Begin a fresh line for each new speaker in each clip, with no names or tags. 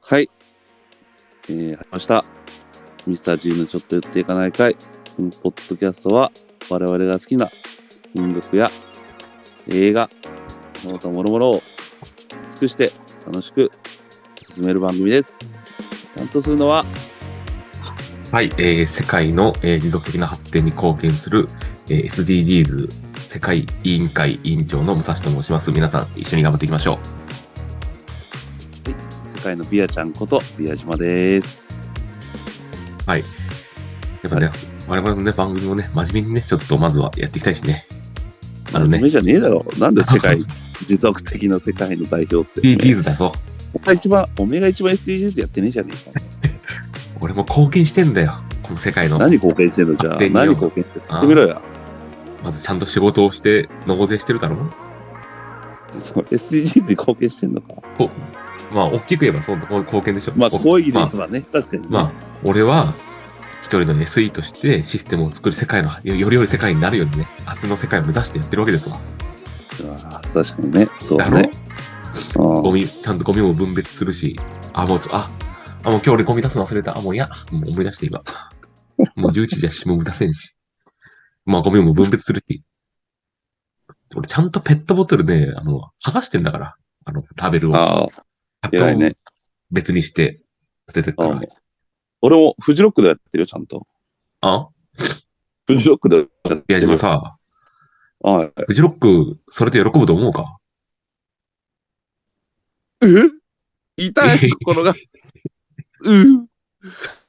はい。えー、入りました。ミスタージーのちょっと言っていかないかい。このポッドキャストは、我々が好きな音楽や映画、その他諸々を尽くして楽しく進める番組です。担当するのは、
はい、えー世界の、えー持続的な発展に貢献する、えー SDGs 世界委員会委員長の武蔵と申します。皆さん、一緒に頑張っていきましょ
世界のビアちゃんこと、ビア島です。
う。はい。やっぱね、我々のね、番組もね、真面目にね、ちょっとまずはやっていきたいしね。あのね
真面目じゃねえだろ。なんで世 界、持続的な世界の代表って。
SDGs だぞ。
お前一番、おめえが一番 SDGs やってねえじゃね えか。
俺も貢献してんだよ。この世界の。
何貢献してんのじゃあ。
勝手によ
何貢献してんのやってみろよ。
まずちゃんと仕事をして、納税してるだろう
そう SDGs に貢献してんのか。
こまあ、大きく言えばそうだ、こう貢献でしょ。
まあ、
こう
こういう
まあ
人はね、確かにね。
まあ、俺は、一人の SE としてシステムを作る世界の、よより良い世界になるようにね、明日の世界を目指してやってるわけですわ。
あー確かにね。そうだね。うん
ゴミ、ちゃんとゴミも分別するし、あ、もうちょ、あ、あ、もう今日俺ゴミ出すの忘れた。あ、もういや、もう思い出して今。もう11時は指紋出せんし。まあゴミも分別するし。俺ちゃんとペットボトルで、あの、剥がしてんだから。あの、ラベルを。
ああ、
キャップを
偉いね。
別にして、捨ててった
う
ら
ん。俺もフジロックでやってるよ、ちゃんと。
あ、
フジロックでやって
宮
るよ
島。さ、
はい。
フジロック、それで喜ぶと思うか
え痛い心 が。うん。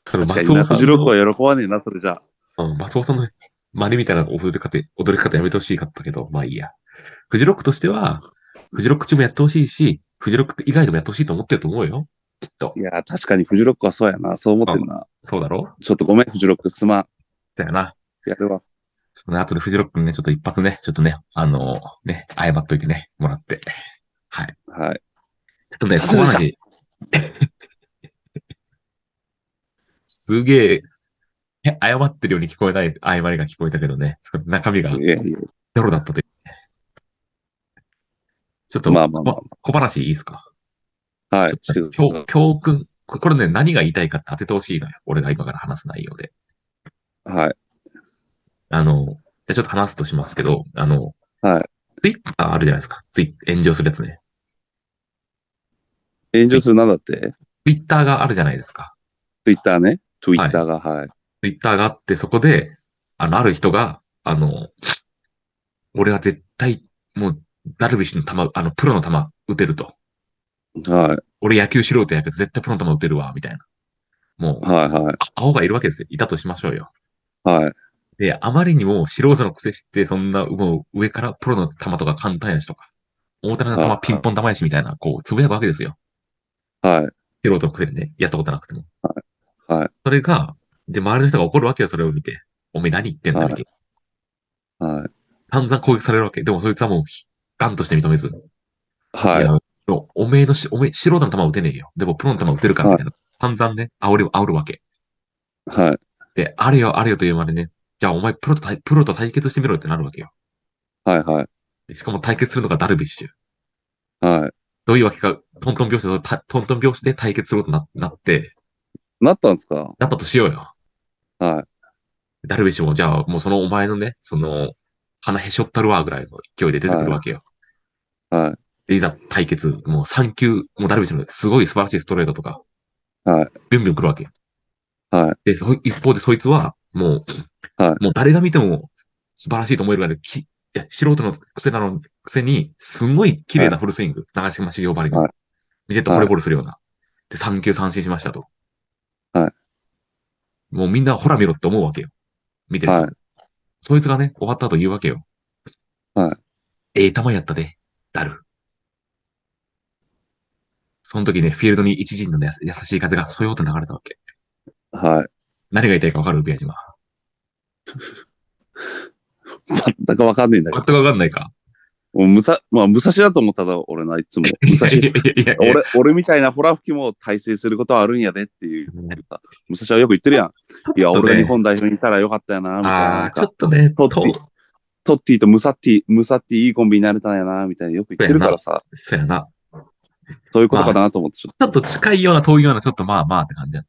その
確かに
松尾
な、
さ
フ
ん
ジロッ
の、
クは喜ばねえな、それじゃあ。
うん、松尾さんの真似みたいな踊り方、踊り方やめてほしいかったけど、まあいいや。フジロックとしては、フジロック中もやってほしいし、フジロック以外でもやってほしいと思ってると思うよ。きっと
い。やー、確かにフジロックはそうやな。そう思ってんな。
そうだろ
ちょっとごめん、フジロック、すまん。
だよな。
やるわ。
ちょっとね、後でフジロックにね、ちょっと一発ね、ちょっとね、あのね、謝っといてね、もらって。はい。
はい。
ちょっとね、
さすがでした
小話 すげえ、え謝ってるように聞こえない謝りが聞こえたけどね、その中身が
いやいや
ゼロだったという。ちょっと、
まあまあまあ
こ小話いいですか
はい。
ちょっと教教訓。ここれね、何が言いたいかって当ててほしいのよ。俺が今から話す内容で。
はい。
あの、じゃあちょっと話すとしますけど、あの、
はい。
ツイッターあるじゃないですか。ツイ炎上するやつね。
炎上するなんだって
ツイッターがあるじゃないですか。
ツイッターね。ツイッターが、はい。
ツイッターがあって、そこで、あの、ある人が、あの、俺は絶対、もう、ダルビッシュの球、あの、プロの球、打てると。
はい。
俺野球素人やけど、絶対プロの球打てるわ、みたいな。もう、あ
はい。はい。
青がいるわけですよ。いたとしましょうよ。
はい。
で、あまりにも素人の癖して、そんな、もう上からプロの球とか簡単やしとか、大谷
はいは
の
い
球ピンポン玉やしみたいな、こう、つぶやくわけですよ。
はい。
素人の癖でね、やったことなくても。
はい。
それが、で、周りの人が怒るわけよ、それを見て。おめえ何言ってんだ、
はい
みたいな。
はい。
散々攻撃されるわけ。でもそいつはもう、ランとして認めず。
はいい。
やおめえのし、おめえ、素人の球は打てねえよ。でもプロの球は打てるから、みたいな。散々ね、煽り、煽るわけ。
はい。
で、あれよ、あれよというまでね、じゃあお前プロと対、プロと対決してみろよってなるわけよ。
はい。はい。
でしかも対決するのがダルビッシュ。
は
どういうわけか、トントン拍子で、たトントン拍子で対決することにななって、
い。なったんですか
なったとしようよ。
は
ダルビッシュも、じゃあ、もうそのお前のね、その、鼻へしょったるわ、ぐらいの勢いで出てくるわけよ。
い。はい。
で、いざ対決、もう3球、もうダルビッシュのすごい素晴らしいストレートとか、
はい。
ビュンビュン来るわけ。
はい。
で、そ一方でそいつは、もう、
は
もう誰が見ても素晴らしいと思えるぐらいで、きいや素人の癖なのに、癖に、すごい綺麗なフルスイング、長島茂雄バリの
はい
見てて惚れ惚れするような。で、3球三振しましたと。
は
もうみんなほら見ろって思うわけよ。見てると。
はい
そいつがね、終わった後言うわけよ。
は
ええ球やったで、ダル。その時ね、フィールドに一陣のね優しい風がそよーっと流れたわけ。
はい。
何が言いたいかわかるビア島。
全くわかんねえんだけ
全
ど。
くわかんないか。
もうむさ、まあ、武蔵だと思っただ、俺な、いつも。武蔵。
いやいやいやいや
俺、俺みたいなホラ吹きも体制することはあるんやでっていう。武蔵はよく言ってるやん。いや、俺が日本代表にいたらよかったやな、みたいな。
あ
な
あ
ん
ー、ちょ
か
っとね、
と
と
トッティとムサッティ、ムサッティいいコンビになれたんやな、みたいなよく言ってるからさ、
そやな。
そういうことかなと思って、ちょっ
ちょっと近いような遠いような、ちょっとまあまあって感じだね。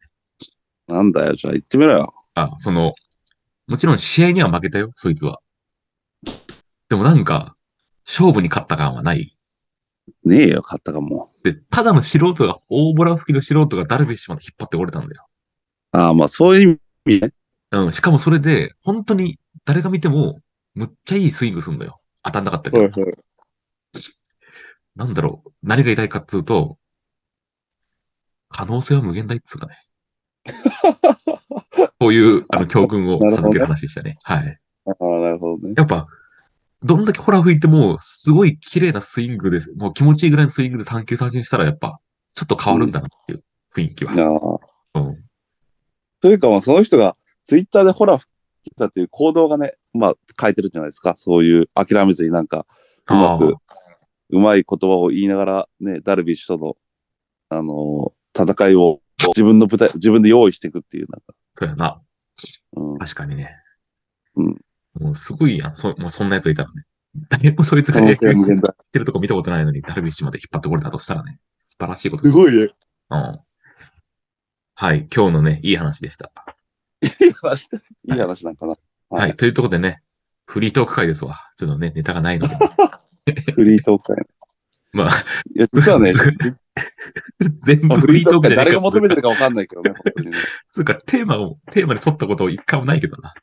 と、なんだよ、じゃあ言ってみろよ。
あ、その、もちろん試合には負けたよ、そいつは。でもなんか、勝負に勝った感はない。
ねえよ、勝ったかも。
で、ただの素人が、大ボラ吹きの素人がダルビッシュまで引っ張って折れたんだよ。
ああ、まあそういう意味ね。
うん、しかもそれで、本当に誰が見ても、むっちゃいいスイングするんだよ。当たんなかったけど。なんだろう、何が痛いかっつうと、可能性は無限大っつうか ね。こういう、あの、教訓を授ける話でしたね。はい。
ああ、なるほどね。
やっぱ、どんだけホラー吹いても、すごい綺麗なスイングです。もう気持ちいいぐらいのスイングで3球三振したら、やっぱ、ちょっと変わるんだなっていう雰囲気は。
ああ。
うん。
というか、まあ、その人がツイッターでホラー吹いたっていう行動がね、まあ、変えてるじゃないですか。そういう諦めずになんか、うま
あ
く、うまい言葉を言いながら、ね、ダルビッシュとの、あのー戦いを自分の舞台、自分で用意していくっていう、なんか、
そうやな。
うん、
確かにね。
うん。
もうすごいやん。そもうそんなやついたらね。 誰もそいつが野球
無
や
限大。
ってるとこ見たことないのに、ダルビッシュまで引っ張ってこれたとしたらね、素晴らしいことですす。
ごいね。
うん。はい。今日のね、いい話でした。
いい話、いい話なんかな。
はい。というところでね、フリートーク会ですわ。ちょっとね、ネタがないの で。
フリートーク会。
まあ。
いや、実は ね、
全部
まあ
フ
フ
リ
リー
ート
ト
ー
ー
ク
ク
じ
会
ゃ
誰
ねえか
が求めてるかわかんないけどね、本当にね。
つうか、テーマを、テーマで取ったことを一回もないけどな。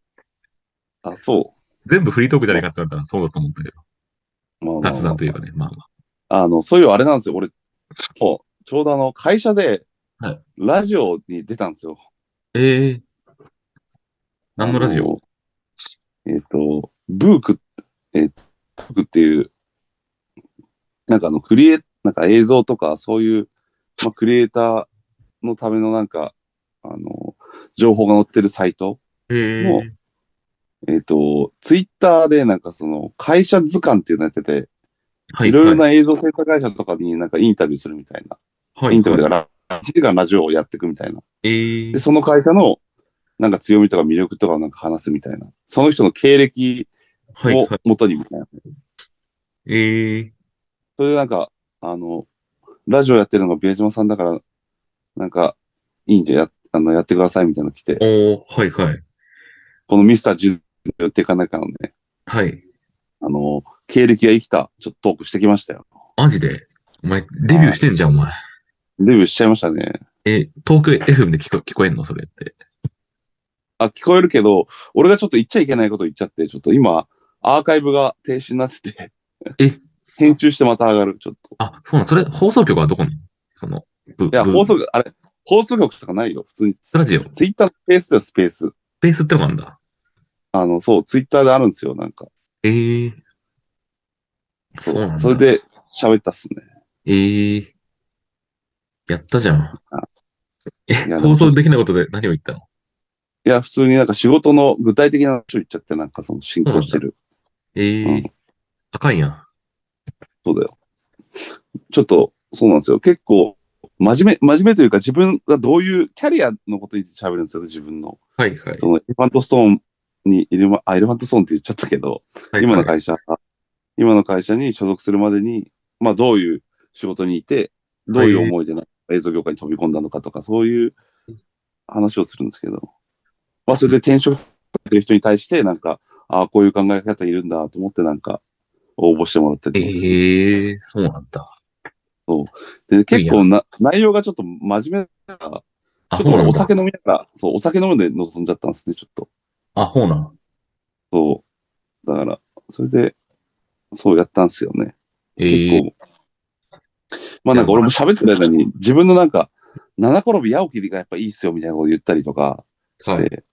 あ、そ
全部フリートークじゃねえかって言われたらそうだと思うんだけど。
う。まあまあまあ
雑談といえばね、まあまあ。
あの、そういうあれなんですよ。俺、そうちょうどあの、会社で
はい、
ラジオに出たんですよ。
ええ何のラジ
あ
オ
えっ、と、ブーク、えーブークっていう、なんかあの、クリエ、なんか映像とか、そういう、まあ、クリエイターのためのなんか、あの、情報が載ってるサイト。
え
も
え
えっ、と、ツイッターでなんかその、会社図鑑っていうのやってて、
はい
ろいろな映像制作会社とかになんかインタビューするみたいな。
はい
インタビューだから、1時間ラジオをやっていくみたいな。
ええ
で、その会社の、なんか強みとか魅力とかをなんか話すみたいな。その人の経歴
はい
を
はい。
元にみたいな。
ええ
それでなんか、あの、ラジオやってるのがビエジマさんだから、なんか、いいんじゃ、や、あの、やってくださいみたいなの来て、
おー、はいはい。
このミスタージュやっていかないからね、
はい。
あの、経歴が生きた、ちょっとトークしてきましたよ。
マジで。お前、デビューしてんじゃん、お前。
デビューしちゃいましたね。
え、東京 FM で聞こ聞こえんのそれって。
あ、聞こえるけど、俺がちょっと言っちゃいけないこと言っちゃって、ちょっと今、アーカイブが停止になってて、
え
編集してまた上がる、ちょっと。
あ、そうなん、それ、放送局はどこにその、ブ
いや、
ブ
放送局、あれ、放送局とかないよ、普通に。
ラジオ、
ツイッターのスペースだよ、スペース。
ベースってのがあるんだ。
あの、そう、ツイッターであるんですよ、なんか。
ええ
そ
そうなんだ
それで喋ったっすね。
ええやったじゃん。え、
いや
放送できないことで何を言ったの
いや、普通になんか仕事の具体的な話を言っちゃって、なんかその進行してる。
ええ
うん
高いんや。
そうだよ。ちょっと、そうなんですよ。結構、真面目、真面目というか自分がどういうキャリアのことについて喋るんですよね、自分の。
はいはい。
そのエレファントストーンに、エレマあ、エレファントストーンって言っちゃったけど、
はい
今の
はい
会社、今の会社に所属するまでに、まあどういう仕事にいて、どういう思いでな映像業界に飛び込んだのかとか、そういう話をするんですけど、まあそれで転職してる人に対して、なんか、ああ、こういう考え方いるんだと思って、なんか、応募してもらってて、
ええそうなんだ。
で結構な、内容がちょっと真面目だから、
あ、
ちょっ
ほ
と
うな
俺
ん
お
だ
酒。飲みながら、そう、お酒飲んで臨んじゃったんですね、ちょっと。
あ、ほうなん。
そう。だから、それで、そうやったんですよね。
え
結
え
構。まあなんか俺も喋ってる間に、自分のなんか、七転び八起きがやっぱいいっすよみたいなこと言ったりとかして、
はい。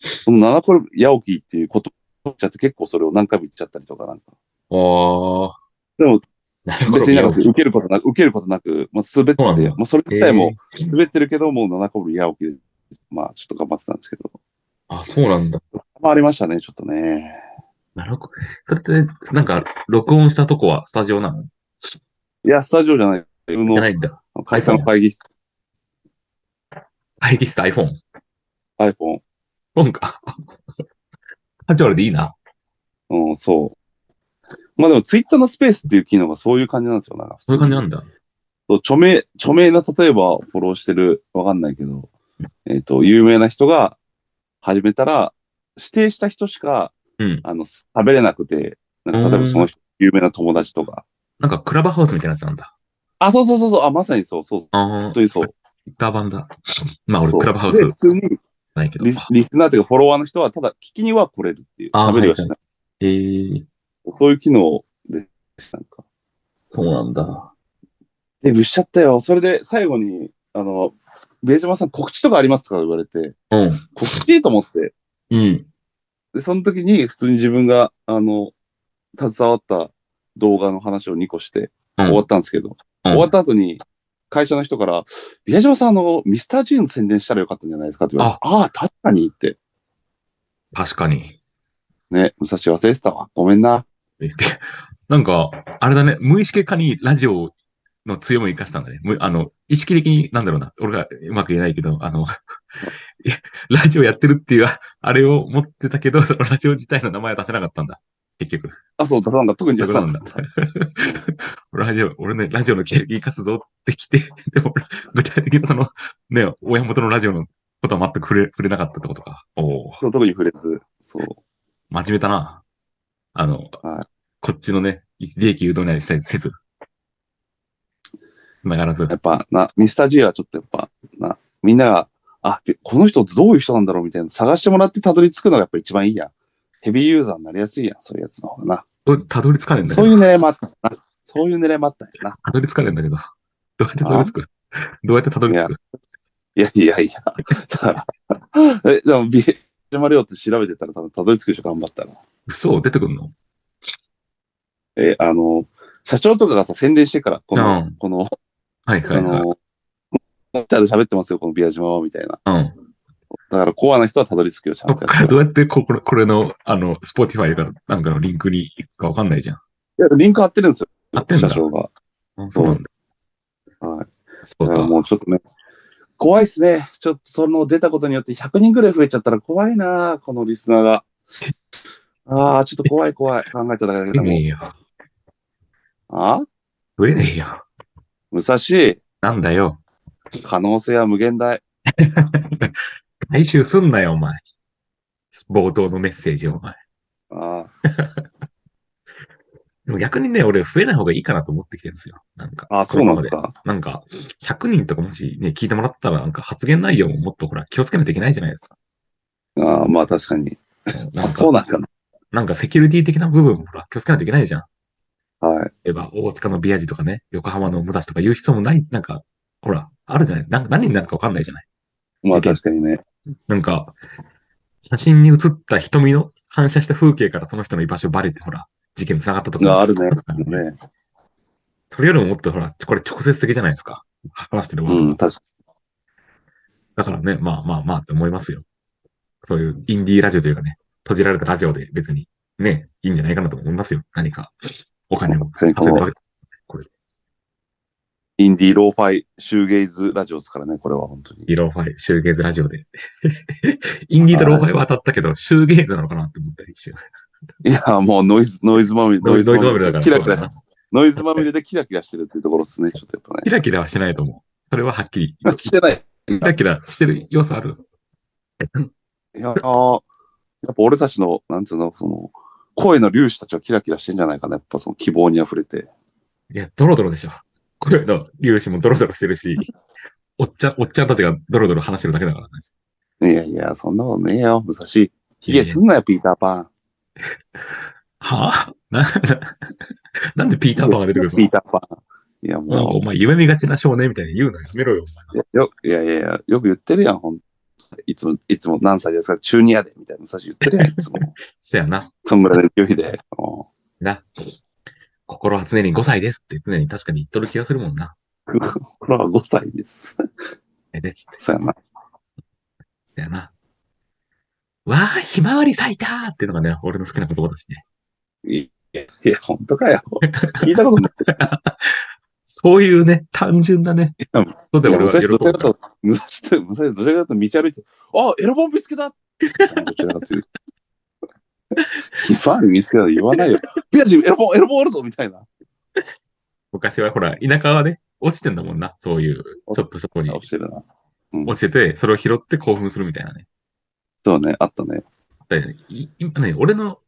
その七転び八起きっていうこと言っちゃって結構それを何回も言っちゃったりとかなんか。
ああ。
でも
なるほど。
別になんか
いや
受けることなく、受けることなく、まあ滑ってて、
そうなんだ
まあそれ自体
え
も
え
滑ってるけど、もう七転び八起きで、まあちょっと頑張ってたんですけど。
あ、そうなんだ。
まあありましたね、ちょっとね。
なるほど。それって、なんか、録音したとこはスタジオなのじ
いや、スタジオじゃない。普通
ゃないんだ。
の会社の会議室、
会議室 iPhone。
iPhone。
iPhone か。カジュアルでいいな。
ううん、そう。まあでも、ツイッターのスペースっていう機能がそういう感じなんですよ。なんか
そういう感じなんだ。
そう著名、著名な、例えばフォローしてる、わかんないけど、えっ、と、有名な人が始めたら、指定した人しか、
うん
あの、す喋れなくて、なんか例えばその人、有名な友達とか。
なんかクラブハウスみたいなやつなんだ。
あ、そうそうそうそう、あ、まさにそうそう、
あ
本
あ
当、にそう。
クラバンだ。まあ俺
そう
クラブハウス
で普通に
ないけど。
リスリスナーというかフォロワーの人は、ただ聞きには来れるっていう、
あ
喋りはしない。
えー、
そういう機能でしたなんか。
そうなんだ。
え、ぶっしゃったよ。それで最後に、あの、ベージュマさん告知とかありますか言われて、
うん。
告知と思って、
うん。
で、その時に普通に自分が、あの、携わった動画の話を2個して
うん
終わったんですけど、終わった後に会社の人から、宮島さん、あの、ミスター・ジーンの宣伝したらよかったんじゃないですかって言われて、ああー、確かにって。
確かに。
ね、武蔵忘れてたわ。ごめんな。
えなんか、あれだね、無意識化にラジオの強みを生かしたんだね。むあの、意識的に、なんだろうな、俺がうまく言えないけど、あの、いやラジオやってるっていう、ああれを持ってたけど、そのラジオ自体の名前は出せなかったんだ。結局。
あ、そう、出さなかった。特に出
そう
さ
なん
な
だ
かった。。
ラジオ、俺ね、ラジオの経歴生かすぞってきて、でも、具体的なその、ね、親元のラジオのことは全く触れ、触れなかったってことか。おお
そう、特に触れず。そう。
真面目だな。あの、
はい
こっちのね、利益誘導には一切せず。ながらず
や。っぱな、ミスター G はちょっとやっぱな、みんなが、あ、この人どういう人なんだろうみたいな、探してもらってたどり着くのがやっぱ一番いいやん。ヘビーユーザーになりやすいやん、そういうやつの方がな。
たどり着かねえんだけ
そ
ど
うい。う狙いもあったな。そういう狙いもあったんやな。
たどり着かねえんだけど。どうやってたどり着くどうやってたどり着く
いやいやいや。だから、 え、でも、ビエジマリオって調べてたら多分たどり着くでしょ、頑張ったら。
嘘出てくんの
え、あの、社長とかがさ、宣伝してから、この、
うん
この、
はい
あ
はいはい。
の、ツイッターで喋ってますよ、このビア島は、みたいな。
うん。
だから、コアな人はたどり着くよ、ちゃん
そっ
とやった
からどうやってこ、これ、これの、あの、スポーティファイかなんかのリンクに行くかわかんないじゃん。
ら。いや、リンク貼ってるんですよ、
貼ってんだ
社長が。
あそうなんだ。
はい。
そう
だから
か。
もうちょっとね、怖いっすね。ちょっとその出たことによって100人ぐらい増えちゃったら怖いなこのリスナーが。ああ、ちょっと怖い怖い。考えただけだけ
増え
ど
ね
も。
えよ。
あ
増えねえよ。
武蔵、
なんだよ。
可能性は無限大。
回収すんなよ、お前。冒頭のメッセージを、お前。
あ
でも逆にね、俺増えない方がいいかなと思ってきてるんですよ。なんか。
あ、ああそうなんですか。
なんか、100人とかもしね、聞いてもらったら、なんか発言内容ももっとほら、気をつけないといけないじゃないですか。
ああ、まあ確かに。
なん
あ
か、
そうなんかな。
なんかセキュリティ的な部分もほら、気をつけないといけないじゃん。
はい。
例えば、大塚のビアジとかね、横浜の武蔵とか言う必要もない、なんか、ほら、あるじゃない。なんか何になるかわかんないじゃない。
まあ
事件
確かにね。
なんか、写真に写った瞳の反射した風景からその人の居場所バレて、ほら、事件に繋がったとか。
ああるね
からね
ね
それよりももっとほら、これ直接的じゃないですか。話してるワード
う
が
ん、確か
だからね、まあまあまあって思いますよ。そういうインディーラジオというかね、閉じられたラジオで別にね、いいんじゃないかなと思いますよ。何か、お金を
に。
稼
こ
ぐ
の
わけ。
インディーローファイシューゲイズラジオですからね、これは本当に。
イローファイ、シューゲイズラジオで。 インディーとローファイは当たったけど、シューゲイズなのかなって思ったり一瞬。
いや、もうノイズ、ノイズまみれ、
ノイズバブルだから。
キラキ
そうだ
ラ、
な
ノイズまみれでキラキラしてるっていうところですね、ちょっとやっぱね
キ。ラキラはしないと思う。それははっきり。キ
してない。
ラキラしてる要素ある。
いやー、やっぱ俺たちの、なんつうの、その、声の粒子たちはキラキラしてんじゃないかな。やっぱその希望に溢れて。
いや、ドロドロでしょ。声の粒子もドロドロしてるし、おっちゃん、おっちゃんたちがドロドロ話してるだけだからね。
いやいや、そんなことねえよ、武蔵。ヒゲすんなよ、ピーターパン。
は あな、ななんでピーターパンが出てくる
ピー
の
ターパン。いや、
なんかお
も
前、夢見がちな少年みたいに言うのやめろよ、
う、いやよいやいやいや、よく言ってるやん、ほんいつも、いつも何歳ですか、中2やで、みたいな武蔵言ってるやん、い つも。
そやな。
そんぐらいの勢いで。うん
な。心は常に5歳ですって常に確かに言っとる気がするもんな。
これは5歳です。
え、ですって。
そうやな。
そやな。わあ、ひまわり咲いたーっていうのがね、俺の好きな言葉だしね。
いや、いやほんとかよ。聞いたことない。
そういうね、単純なね
や。
そうで
いや
俺
武
は喜
蔵
ぶ
どちらか
か。
らと、武蔵と、武蔵どちらかと道歩いて、あ、エロ本見つけたどちらかというバーに見つけたら言わないよ。ビアジ、エロ本、エロ本あるぞみたいな。
昔はほら、田舎はね、落ちてんだもんな。そういう、ちょっとそこに
顔してるな。
落ちてて、それを拾って興奮するみたいなね。
そうね、あったね。
だよねい今ね、俺の、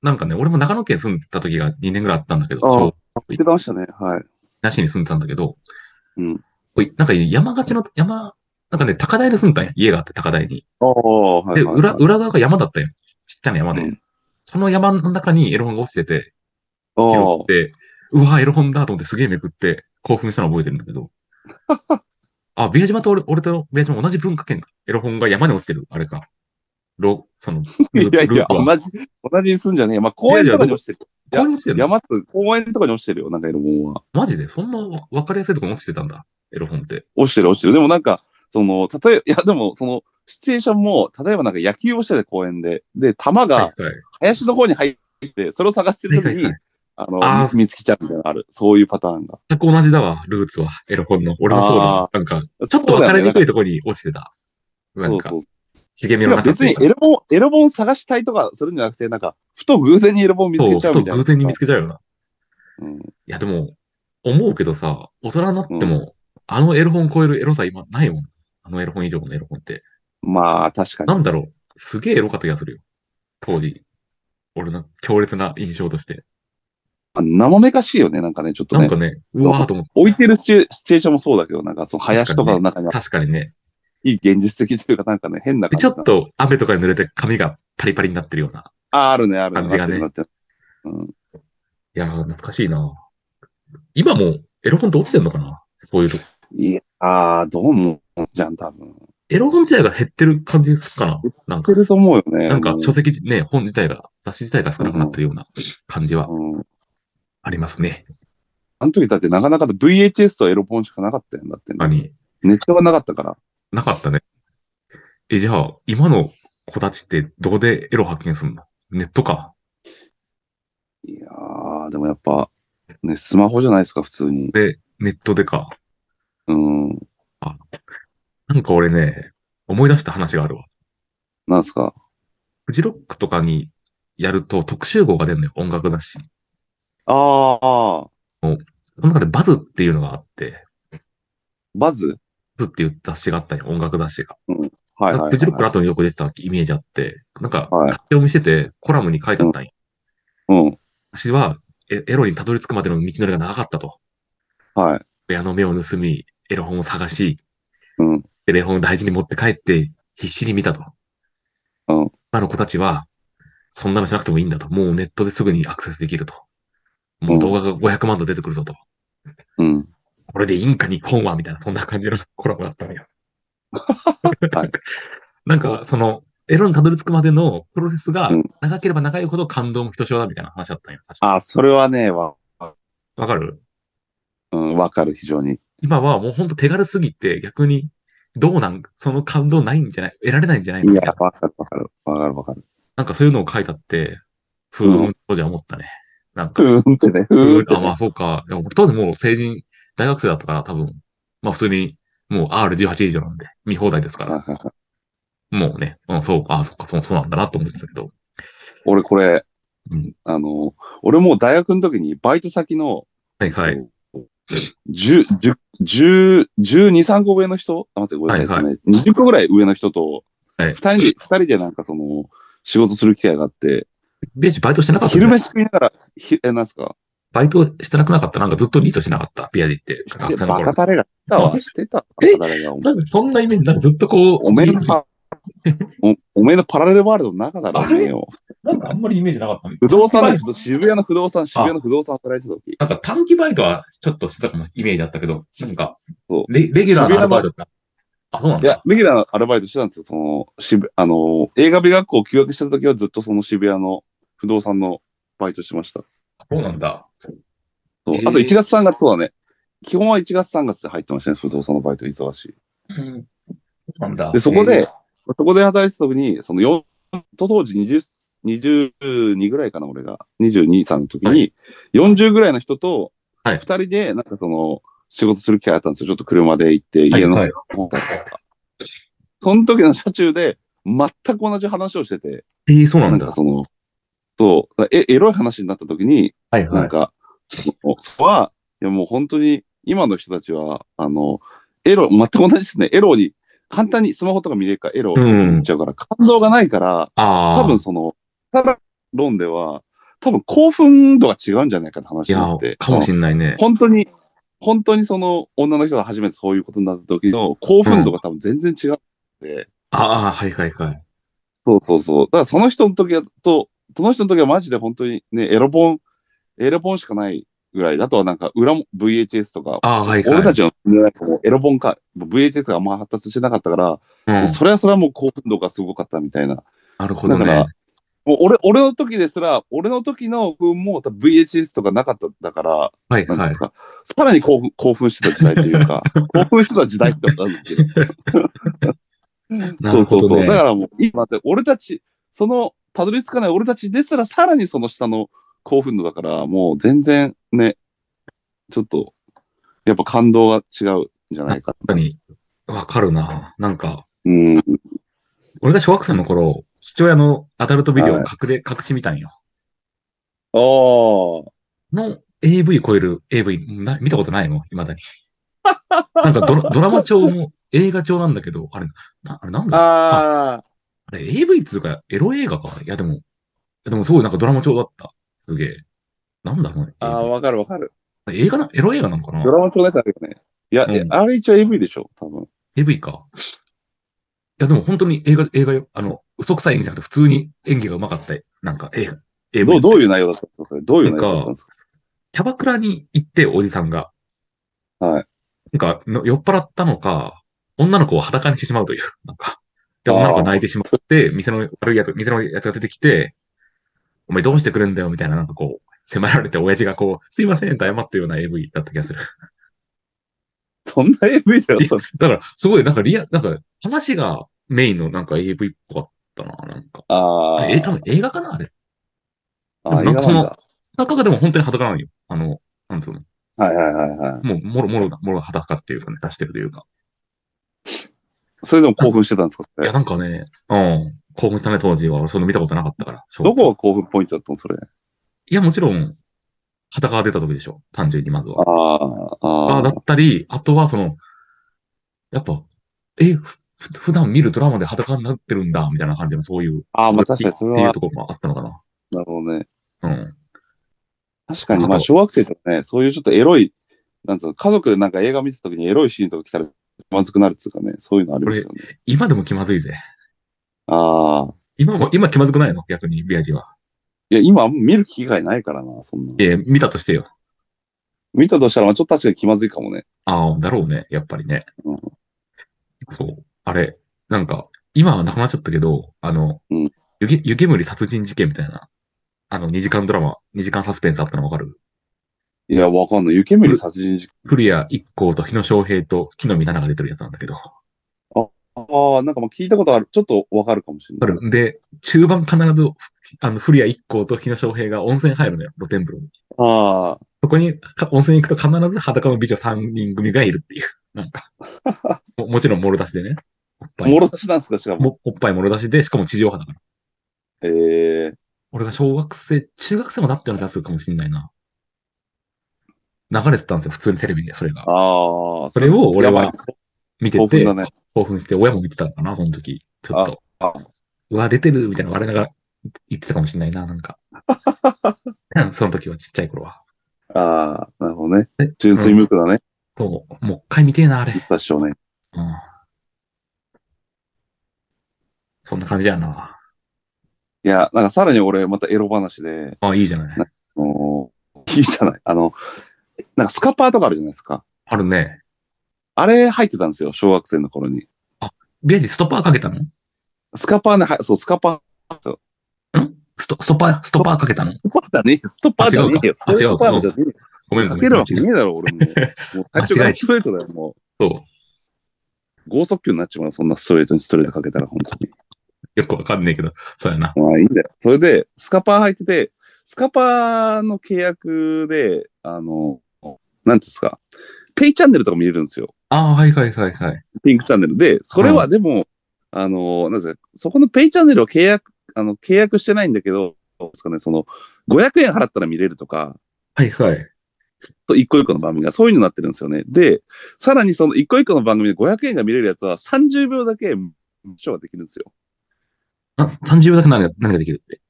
なんかね、俺も長野県住んでた時が2年ぐらいあったんだけど、
ああ
小
言ってましたね。はい。
なしに住んでたんだけど、
うん。
おいなんか山がちの、山、なんかね、高台に住んでたんや。家があって、高台に。
ああ、はい、
で、
はい。
裏、裏側が山だったよ。ちっちゃな山で。
うん
その山の中にエロ本が落ちてて、
あ
拾
あ
って、うわ、エロ本だと思ってすげえめくって、興奮したの覚えてるんだけ ど。あ、ビア島と俺俺とビア島同じ文化圏か。エロ本が山に落ちてる。あれか。ロ、その、ルー
い
ツ
やい
ルー
や、
ツは。
同じ、同じに住んじゃねえよ。まあ、公園とかに落ちてる。
ここに落ちてるの
山と公園とかに落ちてるよ、なんかエロ本は。
マジでそんなわ分かりやすいとこに落ちてたんだ。エロ本って。
落ちてる、落ちてる。でもなんか、その、例えば、いや、でも、その、シチュエーションも、例えばなんか野球をしてて公園で、で、球
は
が
いはい。
林の方に入って、それを探してる
は
時
いはい
に
はい、
あ
あ
の、
ー
見つけちゃうみたいなのある。そういうパターンが。
全く同じだわ、ルーツは。エロ本の。俺もそうだわ。なんか、ちょっと分かりにくいとこに落ちてた。な
そ
ん
う
か
そ、う。
茂み
で
の
も
中っ
別
ていう
に
か
エロ本、エロ本探したいとかするんじゃなくて、なんか、ふと偶然にエロ本見つ
そう、
け
ふ
ちゃう
と
みたいな。
偶然に見つけちゃうよな。
うん
いや、でも、思うけどさ、大人になっても、あのエロ本超えるエロさ今ないもん。あのエロ本以上のエロ本って。
まあ、確かに。
なんだろう。すげえエロかった気がするよ。当時。俺の強烈な印象として。
あ生めかしいよね、なんかね、ちょっと
なん
ね
か。ね、うわーと思って。
置いてるシチュシチュエーションもそうだけど、なんか、その林とかの中に
確かにね。
いい現実的というか、なんかね、変な
で
感じ
ちょ
な。
っと雨とかに濡れて髪がパリパリになってるような。
あ、あるね、あるね。
感じがね
なってるなってる
いやー、懐かしいな。今もエロ本って落ちてんのかなそういうとこ。
うん。いやー、どうも、じゃん、多分。売
エロ本自体が減ってる感じするかななん
って
か、
ると思うよね。
なんか書
籍。
籍ね、本自体が、雑誌自体が少なくなってるような感じは
うん。
ありますね。
あの時だってなかなか VHS とエロ本しかなかったよ、だって、
何
ネットがなかったから。
なかったね。え、じゃあ、今の子たちってどこでエロ発見するのネットか。
いやー、でもやっぱ、ね、スマホじゃないですか、普通に。
で、ネットでか。
うん。
なんか俺ね、思い出した話があるわ。
なんすか。
フジロックとかにやると特集号が出るのよ、音楽雑誌。
あー、
その中でバズっていうのがあって、
バズ
バズっていう雑誌があったんよ、音楽雑誌が。
はいはいはい、はい。
フジロックの後によく出てたイメージあって、なんか、
はい
書き読みしてて、コラムに書いてあったんよ。
うん。
私は、えエロにたどり着くまでの道のりが長かったと。
はい。
親の目を盗み、エロ本を探し、
うん。
で、レ本を大事に持って帰って、必死に見たと。
うん
今の子たちは、そんなのしなくてもいいんだと。もうネットですぐにアクセスできると。もう動画が500万と出てくるぞと。
うん。
これでインカに本はみたいな、そんな感じのコラボだったのよ。
はい
なんか、その、エロにたどり着くまでのプロセスが
うん
長ければ長いほど感動もひとしおだみたいな話だったんよ。確か
あー、それはね、わ、
わかる
うん、わかる、非常に。
今はもうほんと手軽すぎて逆に、どうなん、その感動ないんじゃない得られないんじゃないの
い
み
や
たいな、
わかる、わかる、わかる、わかる。
なんかそういうのを書いたって、ふーんとじゃ思ったね。なんか、
うーんってね、
ふ
うーん
ー
っ
んあ、
て
ま
ね。
あそうか。でも俺当時もう成人、大学生だったから多分、まあ普通に、もう R18 以上なんで、見放題ですから、
はいはいはい
もうね、うん、そう、あ、そっか、そう、そうなんだなと思ってたけど、
俺これ、
うん
あの、俺もう大学の時にバイト先の、
はいはい。
10、10、10 12、3個上の人あ、待って、ごめんなさい。
はいは
ね20個ぐらい上の人と、
はい
二人で、二人でなんかその、仕事する機会があって、
ベージバイトしてなかったんだ
昼
よ
飯食いながら、ひえ、なんすか
バイトしてなくなかった。なんかずっとリートしてなかった。ビアジって、学生の
バ
頃
カ。タレが来たわ。
え
してた。バカタレが。お前
なんかそんなイメージ、なんかずっとこう、
おめえのパ、おおめえのパラレルワールドの中だろ、おめえよ。
なんかあんまりイメージなかった。
不動産の人、渋谷の不動産、渋谷の不動産働いてた時。
なんか短期バイトはちょっとしてたかもイメージあったけど、なんか
そ、
レレギュラーのアルバイトってあ、そうなん
い
だ
や。、レギュラーのアルバイトしてたんですよ。その、渋、あの、映画美学校休学してた時はずっとその渋谷の不動産のバイトしてました。
そうなんだ。
そう
へー
あと1月3月そうだね。基本は1月3月で入ってましたね、不動産のバイト忙しい。
うん。そうなんだ。
でそこで
えー
そこで働いてた時に、その4、と当時20、22ぐらいかな、俺が。22、3の時
は
に、40ぐらいの人と、
はい
2人で、なんかその、仕事する機会あったんですよ。ちょっと車で行って、
はい
家の
はい
方だったからその時の車中で、全く同じ話をしてて、
えー、そうな
なんん
だ
か。その、そう。だえ、エロい話になった時に、
はい
な
は
ん
い。
か、おそこは、いやもう本当に、今の人たちは、あの、エロ、全く同じですね。エロに、簡単にスマホとか見れるから、エロを
うん
見ちゃうから、感動がないから、
ああ。
多分その、ただ論では、多分興奮度が違うんじゃないかって話
い
に
や
なって、、
かもしんないね。
本当に、本当にその女の人が初めてそういうことになった時の興奮度が多分全然違って、
ああ、はいはいはい。
そうそうそう。だからその人の時はと、その人の時はマジで本当にね、エロ本、エロ本しかないぐらいだとはなんか裏も VHS とか、
ああ、はいはい。
俺たちの世代もエロ本か、VHS があんま発達してなかったから、
うん。
それはそれはもう興奮度がすごかったみたいな。
なるほど
だから
ね。
もう俺、俺の時ですら、俺の時の分も多分 VHS とかなかっただから、
は
なん
い
ていうん
は
で
い
す。か、さらに興奮興奮してた時代という か、興奮してた時代ってことなんだけど。
な
そ
る
うそ
ほ
う
ど
そう。だ
ね。
からもう、今って、俺たち、その、たどり着かない俺たちですら、さらにその下の興奮度だから、もう全然ね、ちょっと、やっぱ感動が違うんじゃないか。
確かに、わかるな。なんか、
うん。
俺が小学生の頃、父親のアダルトビデオを隠れ、隠し見たんよ。
ああ。
の AV 超える AV、な見たことないの未 だに。なんかドラドラマ調も映画調なんだけど、あれ、なあれなんだ
ああ。
あれ AV っつうか、エロ映画か。いやでも、いやでもすごいなんかドラマ調だった。すげえ。なんだろうね。
わかるわかる。
映画な、エロ映画なのかな
ドラマ調のやつあるよね。いや、
うん
えあれ一応 AV でしょ多分。
?AV か。いやでも本当に映画、映画よ。あの、嘘くさい演技じゃなくて普通に演技がうまかった。なんか映画。AV
どう、どういう内容だったんですかそれ。どういう内容だったんですか
キャバクラに行って、おじさんが。
はい。
なんかの、酔っ払ったのか、女の子を裸にしてしまうと いう、なんか。で、
あー
女の子が泣いてしまって、店の悪いやつ、店のやつが出てきて、お前どうしてくれんだよ、みたいな、なんかこう、迫られて、親父がこう、すいません、と謝ったような AV だった気がする。
そんな AV だよ、それ。
だから、すごい、なんかリア、なんか、話がメインのなんか AV っぽかったな、なんか。
あ
あ
あ。
れえ、多分映画かな、あれ。
ああ、
な
映
んか
画
そ
なん
の
だ。
中がでも本当に裸なのよ。あの、なんつうの。
はいはいはいはい。
もう、もろもろ、もろ裸っていうかね、出してるというか。
それでも興奮してたんですかそ
い
れ
や、なんかね、うん。興奮したね、当時は。俺、そんな見たことなかったから。
どこが興奮ポイントだったのそれ。
いや、もちろん、裸が出た時でしょ。単純に、まずは。
ああ、
あ
あ
あ、だ
あ、
ったり、あとは、その、やっぱ、え、ふ普段見るドラマで裸になってるんだ、みたいな感じの、そういう。
ああまあ確かにそ
っ
れ
ていう
は、
ところもあったのかな。
なるほどね。
うん。
確かに、
あと
まあ小学生とかね、そういうちょっとエロい、なんつうの、家族でなんか映画見てた時にエロいシーンとか来たらまずくなるっつうかね、そういうのありますよね。
今でも気まずいぜ。
ああ、
今も、今気まずくないの逆に、ビアジは。
いや、今あんま見る機会ないからな、そんな。
いや、見たとしてよ。
見たとしたら、まあちょっと確かに気まずいかもね。
ああ、だろうね。やっぱりね。
うん
そう。あれ、なんか、今はなくなっちゃったけど、あの、
うん
湯気湯煙殺人事件みたいな、あの、2時間ドラマ、2時間サスペンスあったのわかる
いや、わかんない。湯煙殺人事件。
古谷一行と日野翔平と木の実奈々が出てるやつなんだけど。わ
ああ、なんかまあ聞いたことある。ちょっとわかるかもしれ
か
ない。
る。で、中盤必ず、あの、古谷一行と日野翔平が温泉入るのよ、露天風呂に。
ああ、
そこにか温泉行くと必ず裸の美女3人組がいるっていう。なん か。ももちろん、もろ出しでね。おっぱい
もろ出しなんですか、しかも。
もおっぱいもろ出しで、しかも地上波だから。
ええ
俺が小学生、中学生もだったような気がするかもしれないな。流れてたんですよ、普通にテレビで、それが。
ああ、
それを俺は
やば
見
い
て
興
て、
奮
興
だ
奮
ね。
して、親も見てたのかな、その時。ちょっと。
ああ
うわ、出てるみたいな笑いながら言ってたかもしれないな、なんか。 うんその時は、ちっちゃい頃は。
ああ、なるほどね
え。
純粋無垢だね。
そう、もう一回見てえな、あれ
言。った少年。
うん。そんな感じやな。
いや、なんかさらに俺、またエロ話で、
あ、いいじゃない。
あのいいじゃない。あの、なんかスカパーとかあるじゃないですか。
あるね。
あれ入ってたんですよ、小学生の頃に。
ビアジ、ストッパーかけたのん
スカパーね、はそう、スカパ
スト、ストッパー、ストッパーかけたの
ー。ストッパーじゃねえ、ストッパーじゃねえよ。
あ違うか
ストッパーじゃね
ご
えよ。
めんご
か
め
け
ん。
るわけねえだろ、俺も。もう最初か
間違え
ら
た
ストレートだよ、も
そう。
う。剛速球になっちまう、そんなストレートにストレートかけたら、本当に。
よくわかんねえけど、そうやな。
まあいいんだよ。それで、スカパー入ってて、スカパーの契約で、あの、なんていうんですか、ペイチャンネルとか見れるんですよ。
ああ、はいはいはいはい。
ピンクチャンネルで、それは
う
でも、あの、なんですか、そこのペイチャンネルを契約、あの、契約してないんだけど、どうですかね、その、500円払ったら見れるとか、
はいはい。
と一個一個の番組がそういうのになってるんですよね。で、さらにその一個一個の番組で500円が見れるやつは30秒だけ視聴ができるんですよ。
あ、30秒だけ何が、何ができるって。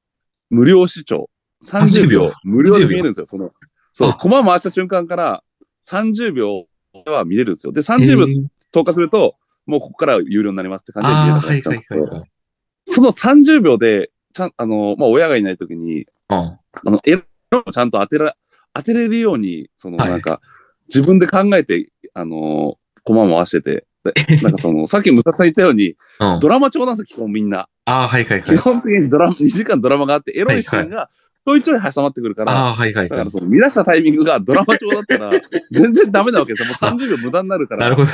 無料視聴。30
30
秒
秒。
無料で見えるんですよ。その、そう、
あ
コマ回した瞬間から30秒は見れるんですよ。で、30秒
えー
投下すると、もうここからは有料になりますって感じで見れ
あ
な
あ、
く
は
なっ
い
ちゃう
は
ん
い
です
は
け
い
ど
はい。
その30秒で、ちゃん、あの、まあ、親がいないときに、
うん
あの、エロをちゃんと当てら、当てれるように、その、
はい
なんか、自分で考えて、あの、コマ回してて、 でなんかその、さっき武田さん言ったように、
うん。
ドラマ調なんですよ、基本みんな。
ああ、はいはいは
基
い。
本的にドラマ、2時間ドラマがあって、エロいシーンが、ちょいちょい挟まってくるから、
ああ、はいはい
だ
は
か
い
ら。その、見出したタイミングがドラマ調だ ったら、全然ダメなわけですよ。もう30秒無駄になるから。
なるほど。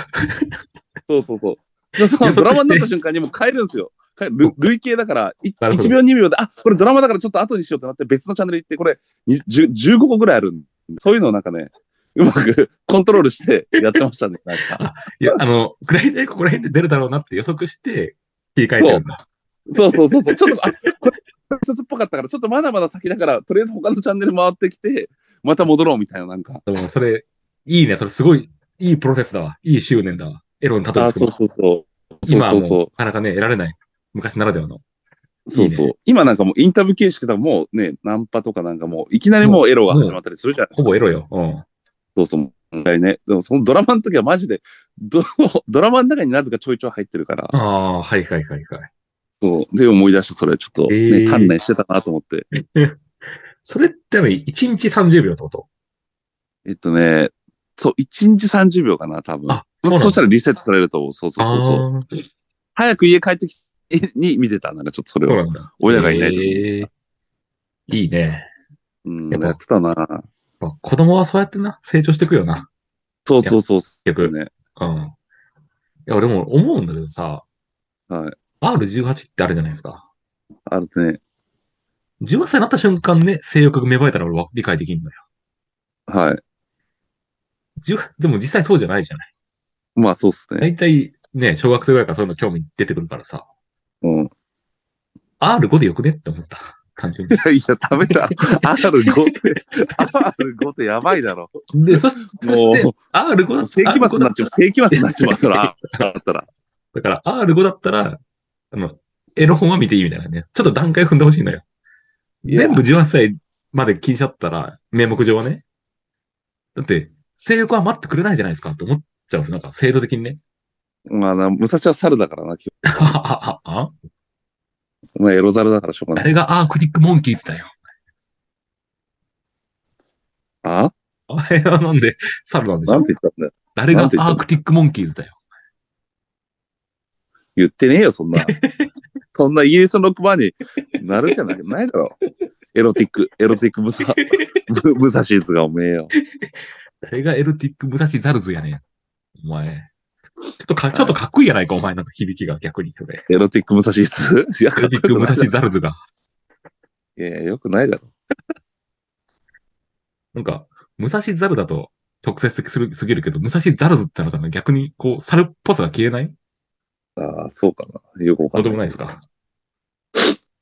そうそうそう。でその
予測して
ドラマになった瞬間にもう変えるんですよ。変える累計だからい
なるほど
1秒2秒で、あ、これドラマだからちょっと後にしようってなって別のチャンネル行って、これに10 15個ぐらいあるんで、そういうのをなんかね、うまく コントロールしてやってましたね。なんか
いや、あの、くらいでここら辺で出るだろうなって予測して、切り替えてるんだ。
そうそうそうそう。ちょっと、あ、これ、一つっぽかったから、ちょっとまだまだ先だから、とりあえず他のチャンネル回ってきて、また戻ろうみたいな、なんか。
でもそれ、いいね。それすごい、いいプロセスだわ。いい執念だわ。エロに例え
あ、
て
そうそうそう。そう
今は
そ
も
う
う、
そう
な。かなかね、得られない。昔ならではの。
そうそう。
いい
今なんかもうインタビュー形式だからもうね、ナンパとかなんかもう、いきなりもうエロが始まったりするじゃないですか
ほぼエロよ。うん。
そうそう。問題ね。でもそのドラマの時はマジで、どドラマの中になぜかちょいちょい入ってるから、
ああ、はいはいはいはい。
そう。で、思い出した、それちょっと、ね
えー
鍛錬してたなと思って。
それってでも1日30秒ってこと
えっとね、そう、1日30秒かな、多分。
あそうなんだ
そしたらリセットされると思う。そうそうそうそう。
あー
早く家帰ってきて、に見てた。なんかちょっとそれ
そう
を。
なんだ。
親がいないと
えーいいね。
うん、
やっぱ
やってたな。
まあ子供はそうやってな、成長していくよな。
そうそうそう。
や結局
ね。
うん。いや、俺も思うんだけどさ、
はい。
R18 ってあるじゃないですか。
あるね。
18歳になった瞬間ね、性欲が芽生えたら俺は理解できんのよ。
はい。
10でも実際そうじゃないじゃない。
まあ、そうっすね。
大体ね、小学生ぐらいからそういうの興味出てくるからさ、
うん。い
R5 でよくねって思った。単純に。
や、いや、ダメだ。R5 って、R5 ってやばいだろ。
で、そしそして
も
R5 だっ
世紀末になっちゃう。世紀末になっちゃう。そら、
だ
だった ら。
から R5 だったら、あの、エロ本は見ていいみたいなね。ちょっと段階踏んでほしいのよ。
いや
全部18歳まで気にしちゃったら、名目上はね。だって、性欲は待ってくれないじゃないですかって思っちゃうんですよ。なんか制度的にね。
まあな、武蔵は猿だからな、基本
ああああ
お前エロ猿だからしょうがな
あ
い。
れがアークティックモンキーズだよ。
あ
あれはなんで、猿なんでし
な
ょ
んて言ったんだよ。
誰が
な
ア
んて言った
ークティックモンキーズだよ。
言ってねえよ、そん な。そんなイギリスのロックバーになるじゃなくないだろ。エロティック、エロティック武 蔵、武武蔵図がおめえよ。
誰がエルティック武蔵ザルズやねん。お前。ちょっとか、ちょっとかっこいいやないか、お前なんか響きが逆にそれ。
エロティック武蔵図いや、
エルティック武蔵ザルズが。
いやいや、よくないだろ。
なんか、武蔵ザルだと直接的するすぎるけど、武蔵ザルズってなったら逆にこう、猿っぽさが消えない
ああ、そうかな。よくわか
どう
ない。
んでもないですか。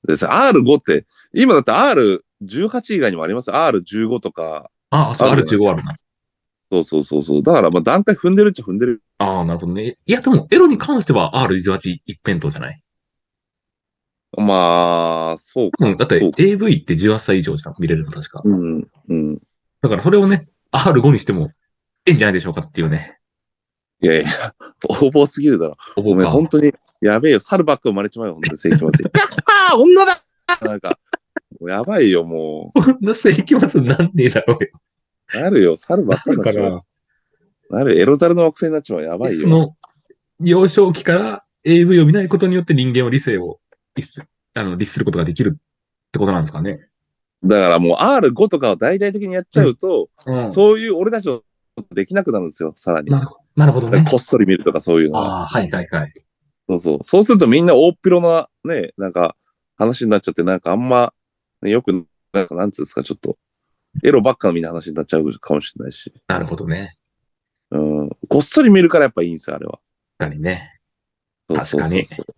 で R5 って、今だって R18 以外にもありますよ R15 とか。
ああ、そう、
ある
R15 あるな。
そうそうそうそう。だからまあ段階踏んでるっちゃ踏んでる。
ああ、なるほどね。いや、でも、エロに関しては R18 一辺倒じゃない
まあ、そうか。
うん、だ
そ
って
う
AV って18歳以上じゃん、見れるの確か。
うん。うん。
だからそれをね、R5 にしても、ええんじゃないでしょうかっていうね。
いやいや、横暴すぎるだろ。
思
ご
う
めん、
か。
本当に、やべえよ。猿ばっか生まれちまうよ、本当に、世紀末 に。はは女だなんか、もうやばいよ、も
こんな世紀末なんねえだろうよ。
う。なるよ、猿ばっか
だ
にな
か
っちま
ら、
う。なるよエロ猿の惑星になっちまう。やばい
そ
よ。
の、幼少期から AV を見ないことによって人間は理性を律すあの律することができるってことなんですかね。
だからもう R5 とかを大々的にやっちゃうと、
うん
そういう俺たちのことできなくなるんですよ、さらに。
なるほどなるほどね。
こっそり見るとかそういうのは。
ああ、はいはいはい。
そうそう。そうするとみんな大っぴろなね、なんか話になっちゃって、なんかあんま、ね、よく、なんかなんつうんですか、ちょっと、エロばっかのみんな話になっちゃうかもしれないし。
なるほどね。
うん。こっそり見るからやっぱいいんですよ、あれは。
確かにね。
そうそうそうそう。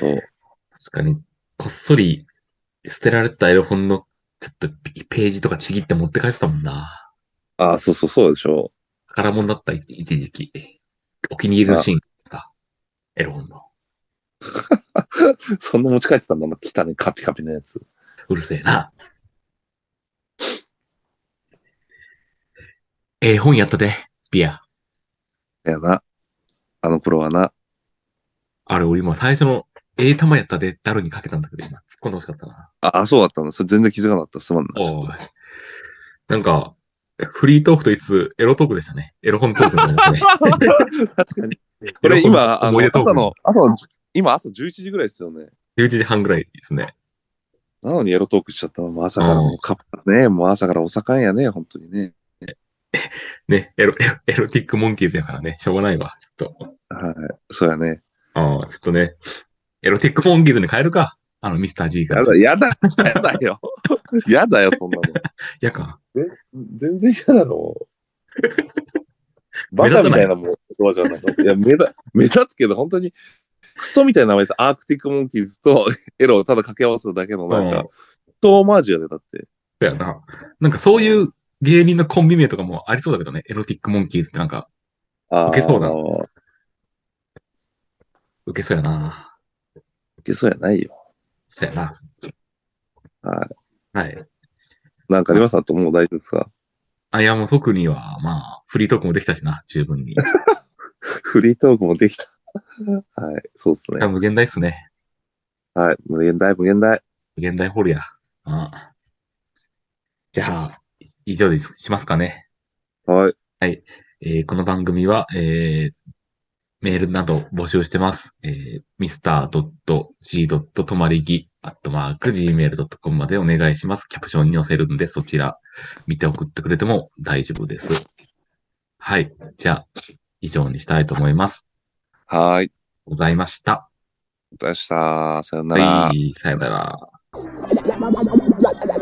そう。
確かに、こっそり捨てられたエロ本の、ちょっとページとかちぎって持って帰ってたもんな。
ああ、そうそう、そうでしょ
宝物だった、一時期。お気に入りのシーンが、エロ本の。
う。そんな持ち帰ってたんだな、汚ね、カピカピのやつ。
うるせえな。ええ本やったで、ビア。
いやな。あの頃はな。
あれ、俺今最初の、ええ玉やったで、ダルにかけたんだけど、今、突っ込んでほしかったな。
ああ、そうだったんだ。それ全然気づかなかった。すまんな。ちょ
お
っと
い。なんか、フリートークといつ、エロトークでしたね。エロ本トークみた いなね。
確かに。これ今、あ
思
の
い出トーク
朝の、朝の、今朝11時ぐらいですよね。
11時半ぐらいですね。
なのにエロトークしちゃったの。もう朝からもうカップね。もう朝からお盛んやね、本当にね。
ね、エロ、エロエロティックモンキーズやからね、しょうがないわ、ちょっと。
はい。そうやね。
ああ、ちょっとね、エロティックモンキーズに変えるか。あの、ミスター G が
や。だ、やだ、やだよ。 やだよ、そんな
やか。
の。全然嫌だろ。バカみたいなもん、言葉じゃないの。いや、目立目立つけど、本当に、クソみたいな名前です。アークティックモンキーズとエロをただ掛け合わせただけの、なん
うん
か、トーマージュやで、だって。
だよな。なんかそういう芸人のコンビ名とかもありそうだけどね、エロティックモンキーズってなんか、
あー
ウケそうだ受けそうやな。
ウケそうやないよ。
そうやな。
はい。
はい。
なんかありますあともう大丈夫ですか
あ、いや、もう特には、まあ、フリートークもできたしな、十分に。い
フリートークもできた。はい、そうです
や、
ね。
無限大っすね。
はい、無限大、無限大。
現代ホールや。ああじゃあ、以上です。しますかね。
はい、
えーこの番組は、えーメールなど募集してます。えー、mr.g.tomarigi.gmail.com までお願いします。キャプションに載せるんで、そちら見て送ってくれても大丈夫です。はい。じゃあ、以上にしたいと思います。
はい、
ございました。
でした。さよなら。
はい。さよなら。
Bye.